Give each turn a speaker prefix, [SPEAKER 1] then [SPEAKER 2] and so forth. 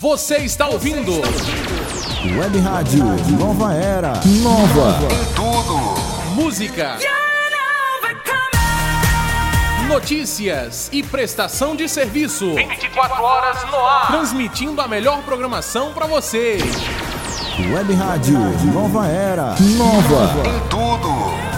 [SPEAKER 1] Você está ouvindo.
[SPEAKER 2] Web Rádio Nova Era. Nova.
[SPEAKER 1] Música. Notícias e prestação de serviço.
[SPEAKER 3] 24 horas no ar.
[SPEAKER 1] Transmitindo a melhor programação para você.
[SPEAKER 2] Web Rádio Nova Era. Nova.
[SPEAKER 3] Tudo.